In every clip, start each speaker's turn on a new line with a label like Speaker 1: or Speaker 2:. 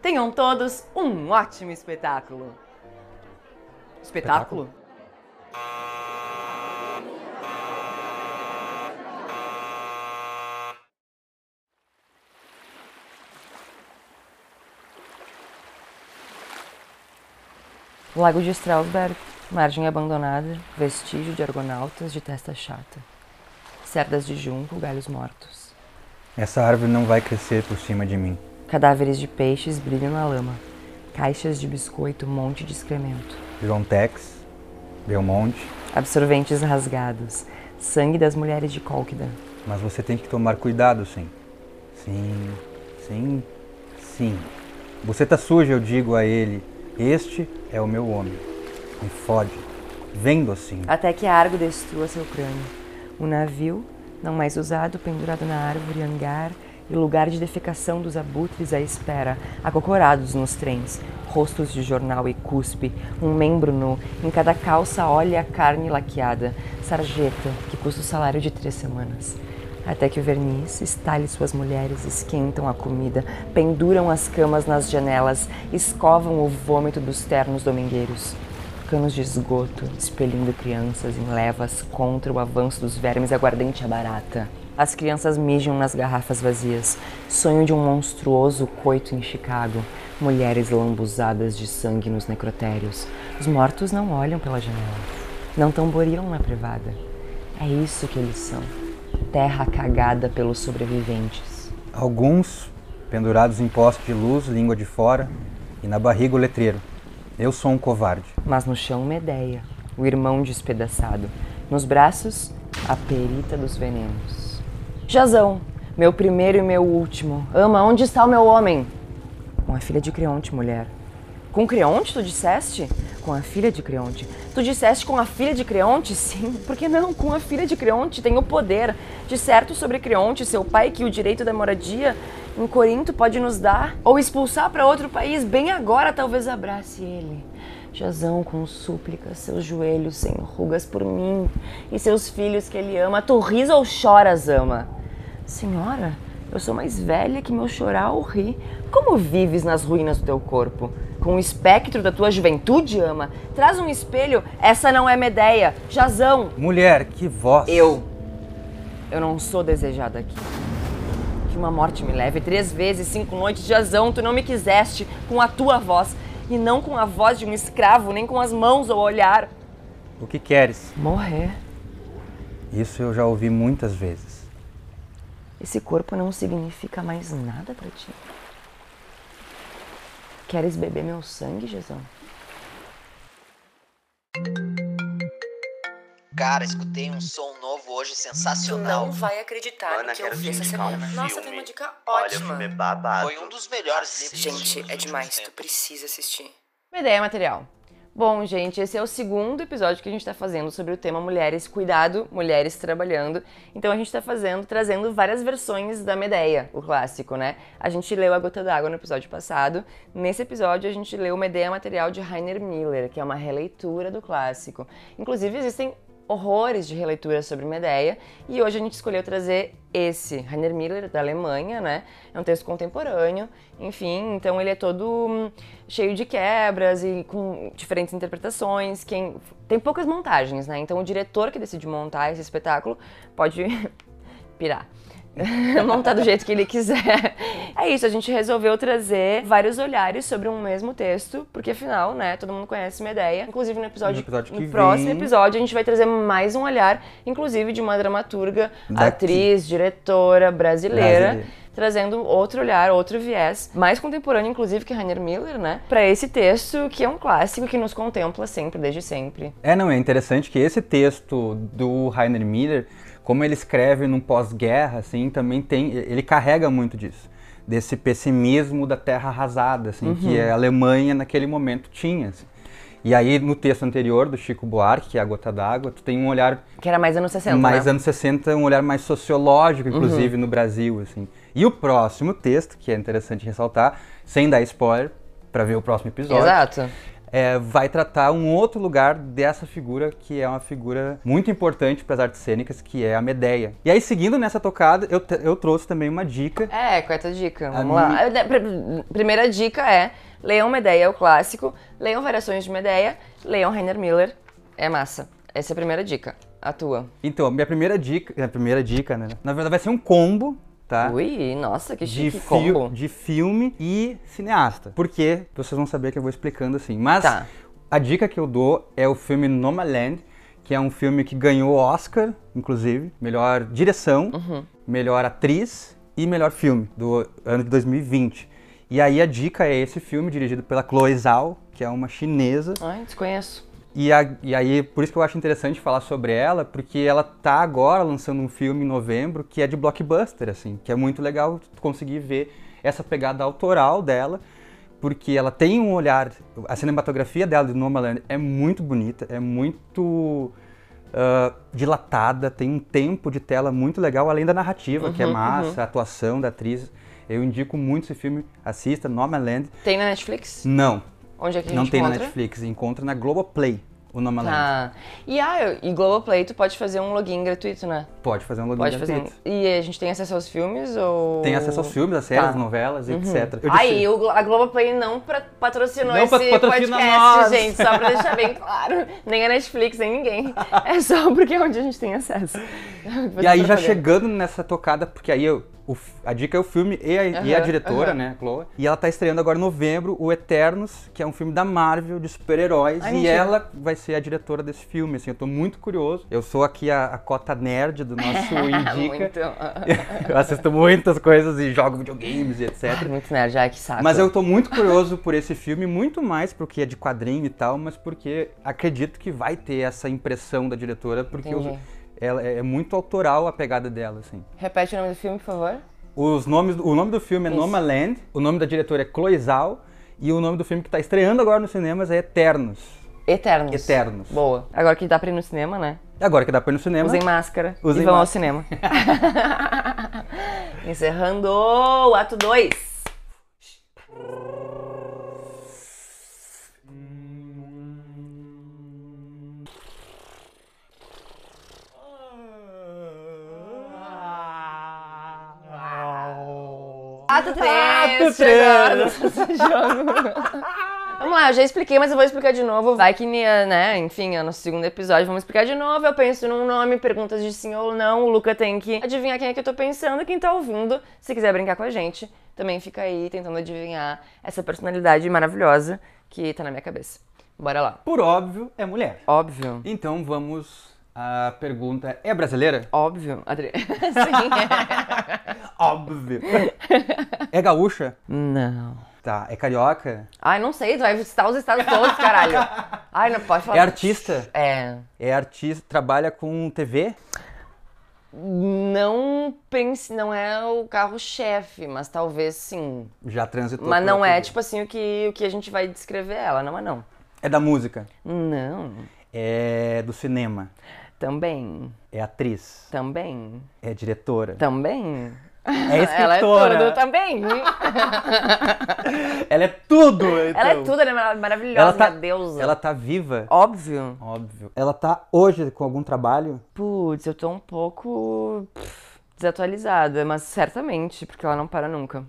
Speaker 1: Tenham todos um ótimo espetáculo. Espetáculo? Lago de Strausberg, margem abandonada, vestígio de argonautas de testa chata. Cerdas de junco, galhos mortos.
Speaker 2: Essa árvore não vai crescer por cima de mim.
Speaker 1: Cadáveres de peixes brilham na lama. Caixas de biscoito, um monte de excremento.
Speaker 2: João Tex, Belmonte,
Speaker 1: Absorventes rasgados. Sangue das mulheres de Cólquida.
Speaker 2: mas você tem que tomar cuidado, sim. Sim, sim, sim. Você tá suja, eu digo a ele. Este é o meu homem. Me fode. Vendo assim.
Speaker 1: Até que a Argo destrua seu crânio. Um navio, não mais usado, pendurado na árvore, hangar e lugar de defecação dos abutres à espera, acocorados nos trens, rostos de jornal e cuspe, um membro nu, em cada calça olha a carne laqueada, sarjeta, que custa o salário de três semanas. Até que o verniz estale suas mulheres, esquentam a comida, penduram as camas nas janelas, escovam o vômito dos ternos domingueiros. Canos de esgoto, expelindo crianças em levas contra o avanço dos vermes aguardente a barata. As crianças mijam nas garrafas vazias, sonho de um monstruoso coito em Chicago, mulheres lambuzadas de sangue nos necrotérios. Os mortos não olham pela janela, não tamborilam na privada. É isso que eles são terra cagada pelos sobreviventes.
Speaker 3: Alguns pendurados em poste de luz, língua de fora, e na barriga o letreiro. Eu sou um covarde.
Speaker 1: Mas no chão, Medeia, o irmão despedaçado. Nos braços, a perita dos venenos. Jazão, meu primeiro e meu último. Ama, onde está o meu homem? Com a filha de Creonte, mulher. Com Creonte, tu disseste? Com a filha de Creonte. Tu disseste com a filha de Creonte? Sim, por que não? Com a filha de Creonte tem o poder. De certo sobre Creonte, seu pai, que o direito da moradia em Corinto pode nos dar, ou expulsar para outro país, bem agora talvez abrace ele. Jazão com súplicas, seus joelhos sem rugas por mim e seus filhos que ele ama. Tu ris ou choras, ama? Senhora, eu sou mais velha que meu chorar ou rir. Como vives nas ruínas do teu corpo? Com o espectro da tua juventude, ama? Traz um espelho, essa não é Medeia. Jazão,
Speaker 3: Mulher, que voz!
Speaker 1: eu. Eu não sou desejada aqui. Que uma morte me leve três vezes, cinco noites, Jazão, tu não me quiseste com a tua voz. E não com a voz de um escravo, nem com as mãos ou olhar.
Speaker 3: O que queres?
Speaker 1: Morrer.
Speaker 3: Isso eu já ouvi muitas vezes.
Speaker 1: Esse corpo não significa mais nada pra ti. Queres beber meu sangue, Jesão?
Speaker 4: Cara, escutei um som novo hoje sensacional.
Speaker 5: Não vai acreditar no que eu vi essa semana. Nossa, tem uma dica ótima.
Speaker 4: babado. Foi um dos melhores livros.
Speaker 5: Gente,
Speaker 4: dos
Speaker 5: é
Speaker 4: últimos
Speaker 5: demais, tu
Speaker 4: tempos.
Speaker 5: precisa assistir.
Speaker 1: Ideia material. Bom, gente, esse é o segundo episódio que a gente tá fazendo sobre o tema mulheres cuidado, mulheres trabalhando. Então a gente tá fazendo, trazendo várias versões da Medeia, o clássico, né? A gente leu A Gota d'Água no episódio passado. Nesse episódio a gente leu Medeia Material de Rainer Miller, que é uma releitura do clássico. Inclusive existem horrores de releitura sobre Medeia e hoje a gente escolheu trazer esse, Rainer Miller, da Alemanha, né? É um texto contemporâneo, enfim, então ele é todo hum, cheio de quebras e com diferentes interpretações. Quem Tem poucas montagens, né? Então o diretor que decide montar esse espetáculo pode pirar. montar do jeito que ele quiser. É isso, a gente resolveu trazer vários olhares sobre um mesmo texto, porque afinal, né, todo mundo conhece Medeia. Inclusive no episódio,
Speaker 3: No episódio que
Speaker 1: no próximo
Speaker 3: vem.
Speaker 1: episódio a gente vai trazer mais um olhar, inclusive de uma dramaturga,
Speaker 3: Daqui.
Speaker 1: atriz, diretora brasileira,
Speaker 3: Brasileira.
Speaker 1: trazendo outro olhar, outro viés, mais contemporâneo, inclusive, que Rainer Miller, né? Pra esse texto que é um clássico que nos contempla sempre, desde sempre.
Speaker 2: É, não, é interessante que esse texto do Rainer Miller, como ele escreve num pós-guerra, assim, também tem. Ele carrega muito disso. Desse pessimismo da terra arrasada, assim, uhum. que a Alemanha naquele momento tinha. Assim. E aí, no texto anterior do Chico Buarque, que é A Gota d'Água, tu tem um olhar.
Speaker 1: Que era mais anos 60.
Speaker 2: Mais
Speaker 1: né?
Speaker 2: anos 60, um olhar mais sociológico, inclusive, uhum. no Brasil, assim. E o próximo texto, que é interessante ressaltar, sem dar spoiler, para ver o próximo episódio.
Speaker 1: Exato.
Speaker 2: É, vai tratar um outro lugar dessa figura que é uma figura muito importante para as artes cênicas, que é a Medeia. E aí, seguindo nessa tocada, eu, eu trouxe também uma dica.
Speaker 1: É, quarta dica. Vamos a lá. Mi... Primeira dica é: leiam Medeia, é o clássico, leiam Variações de Medeia, leiam Rainer Miller, é massa. Essa é a primeira dica. A tua.
Speaker 2: Então, minha primeira dica. Minha primeira dica, né? Na verdade, vai ser um combo Tá?
Speaker 1: Ui, nossa, que chique de combo.
Speaker 2: De filme e cineasta. Porque vocês vão saber que eu vou explicando assim. Mas tá. a dica que eu dou é o filme Nomaland, que é um filme que ganhou Oscar, inclusive, melhor direção, uhum. melhor atriz e melhor filme do ano de 2020. E aí a dica é esse filme dirigido pela Chloe Zhao, que é uma chinesa.
Speaker 1: Ai, desconheço.
Speaker 2: E, a, e, aí, por isso que eu acho interessante falar sobre ela, porque ela tá agora lançando um filme em novembro que é de blockbuster, assim, que é muito legal conseguir ver essa pegada autoral dela, porque ela tem um olhar, a cinematografia dela de Nomaland é muito bonita, é muito uh, dilatada, tem um tempo de tela muito legal, além da narrativa, uhum, que é massa, uhum. a atuação da atriz. Eu indico muito esse filme, assista, Nomaland.
Speaker 1: Tem na Netflix?
Speaker 2: Não,
Speaker 1: Onde é que a
Speaker 2: Não
Speaker 1: gente
Speaker 2: tem
Speaker 1: encontra?
Speaker 2: na Netflix, encontra na Globoplay o nome Ah.
Speaker 1: E, ah, e Globoplay, tu pode fazer um login gratuito, né?
Speaker 2: Pode fazer um login
Speaker 1: pode
Speaker 2: gratuito.
Speaker 1: Um... E a gente tem acesso aos filmes ou.
Speaker 2: Tem acesso aos filmes, às séries, tá. novelas, uhum. etc.
Speaker 1: Eu Aí, disse... a Globoplay não patrocinou não esse patrocina podcast, nós. gente, só pra deixar bem claro. Nem a Netflix, nem ninguém. É só porque é onde a gente tem acesso.
Speaker 2: e aí, já chegando nessa tocada, porque aí eu, o, a dica é o filme e a, uhum, e a diretora, uhum. né, Chloe. E ela tá estreando agora em novembro o Eternos, que é um filme da Marvel de super-heróis. E mentira. ela vai ser a diretora desse filme, assim, eu tô muito curioso. Eu sou aqui a, a cota nerd do nosso
Speaker 1: Ah,
Speaker 2: Indica. eu assisto muitas coisas e jogo videogames e etc.
Speaker 1: Ai, muito nerd, ai que saco.
Speaker 2: Mas eu tô muito curioso por esse filme, muito mais porque é de quadrinho e tal, mas porque acredito que vai ter essa impressão da diretora, porque Entendi. os, ela é muito autoral a pegada dela, assim.
Speaker 1: Repete o nome do filme, por favor.
Speaker 2: Os nomes, o nome do filme é Isso. Nomaland, o nome da diretora é Chloe Zhao e o nome do filme que está estreando agora nos cinemas é Eternos.
Speaker 1: Eternos.
Speaker 2: Eternos.
Speaker 1: Boa. Agora que dá pra ir no cinema, né?
Speaker 2: Agora que dá pra ir no cinema.
Speaker 1: Usem máscara Usem e vão máscara. ao cinema. Encerrando o ato 2. Ato 3! Ato 3! Vamos lá, eu já expliquei, mas eu vou explicar de novo. Vai que, né, enfim, é nosso segundo episódio, vamos explicar de novo. Eu penso num nome, perguntas de sim ou não. O Luca tem que adivinhar quem é que eu tô pensando, quem tá ouvindo. Se quiser brincar com a gente, também fica aí tentando adivinhar essa personalidade maravilhosa que tá na minha cabeça. Bora lá.
Speaker 2: Por óbvio, é mulher.
Speaker 1: Óbvio.
Speaker 2: Então vamos a pergunta é brasileira?
Speaker 1: Óbvio, Adri. é. Sim.
Speaker 2: Óbvio. É gaúcha?
Speaker 1: Não.
Speaker 2: Tá, é carioca?
Speaker 1: Ai, não sei, tu vai visitar os estados todos, caralho. Ai, não pode falar.
Speaker 2: É artista?
Speaker 1: É.
Speaker 2: É artista, trabalha com TV?
Speaker 1: Não pense, não é o carro-chefe, mas talvez sim.
Speaker 2: Já transitou.
Speaker 1: Mas não é, TV. tipo assim, o que, o que a gente vai descrever ela, não é não.
Speaker 2: É da música?
Speaker 1: Não.
Speaker 2: É do cinema?
Speaker 1: Também.
Speaker 2: É atriz.
Speaker 1: Também.
Speaker 2: É diretora.
Speaker 1: Também.
Speaker 2: É escritora.
Speaker 1: Ela é tudo também.
Speaker 2: ela é tudo. Então.
Speaker 1: Ela é tudo, ela é maravilhosa, ela tá, deusa.
Speaker 2: Ela tá viva?
Speaker 1: Óbvio.
Speaker 2: Óbvio. Ela tá hoje com algum trabalho?
Speaker 1: Putz, eu tô um pouco pff, desatualizada, mas certamente, porque ela não para nunca.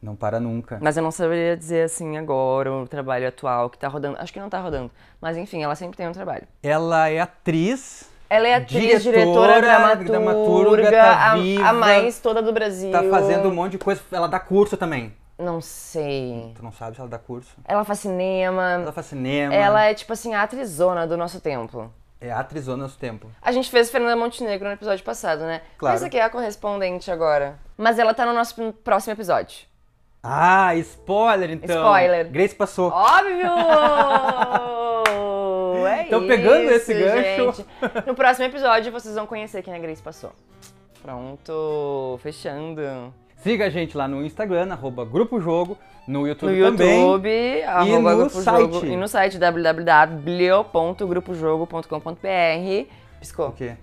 Speaker 2: Não para nunca.
Speaker 1: Mas eu não saberia dizer assim agora o trabalho atual que tá rodando. Acho que não tá rodando. Mas enfim, ela sempre tem um trabalho.
Speaker 2: Ela é atriz.
Speaker 1: Ela é atriz, diretora, diretora dramaturga, dramaturga tá a, viva, a, mais toda do Brasil.
Speaker 2: Tá fazendo um monte de coisa. Ela dá curso também.
Speaker 1: Não sei.
Speaker 2: Tu não sabe se ela dá curso?
Speaker 1: Ela faz cinema. é,
Speaker 2: Ela faz cinema.
Speaker 1: Ela é tipo assim, a atrizona do nosso tempo.
Speaker 2: É atriz ao nosso tempo.
Speaker 1: A gente fez Fernanda Montenegro no episódio passado, né?
Speaker 2: Claro.
Speaker 1: Pensa que é a correspondente agora. Mas ela tá no nosso próximo episódio.
Speaker 2: Ah, spoiler então.
Speaker 1: Spoiler.
Speaker 2: Grace passou.
Speaker 1: Óbvio! É
Speaker 2: Então, pegando
Speaker 1: isso,
Speaker 2: esse gancho-
Speaker 1: gente. No próximo episódio vocês vão conhecer quem a Grace passou. Pronto, fechando.
Speaker 2: Siga a gente lá no Instagram, arroba Grupo Jogo, no YouTube,
Speaker 1: No YouTube,
Speaker 2: também.
Speaker 1: arroba
Speaker 2: no
Speaker 1: Grupo Jogo,
Speaker 2: site.
Speaker 1: e no site www.grupojogo.com.br. Piscou.
Speaker 2: O quê?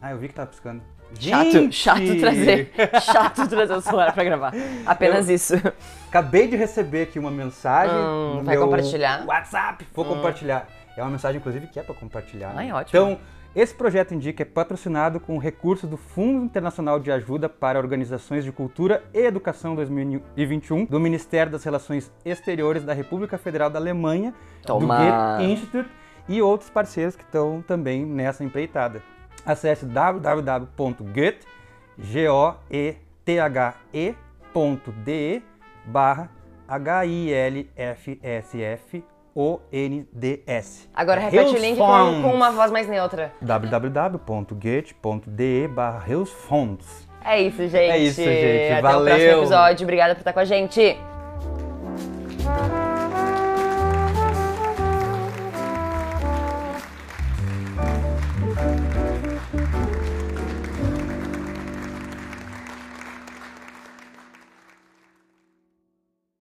Speaker 2: Ah, eu vi que tava piscando.
Speaker 1: Chato,
Speaker 2: Gente!
Speaker 1: chato trazer. Chato trazer o celular pra gravar. Apenas isso.
Speaker 2: Acabei de receber aqui uma mensagem.
Speaker 1: Hum,
Speaker 2: no
Speaker 1: vai
Speaker 2: meu
Speaker 1: compartilhar? Hum.
Speaker 2: WhatsApp, vou compartilhar. É uma mensagem, inclusive, que é para compartilhar.
Speaker 1: Ai,
Speaker 2: né?
Speaker 1: ótimo.
Speaker 2: Então, esse projeto Indica é patrocinado com recursos do Fundo Internacional de Ajuda para Organizações de Cultura e Educação 2021, do Ministério das Relações Exteriores da República Federal da Alemanha,
Speaker 1: Toma.
Speaker 2: do Goethe Institute e outros parceiros que estão também nessa empreitada. Acesse www.goethe.de barra H-I-L-F-S-F-O-N-D-S.
Speaker 1: Agora repete o link com, com uma voz mais neutra.
Speaker 2: www.goethe.de barra Hilsfonds.
Speaker 1: É isso, gente.
Speaker 2: É isso, gente.
Speaker 1: Até o
Speaker 2: Valeu.
Speaker 1: próximo episódio. Obrigada por estar com a gente.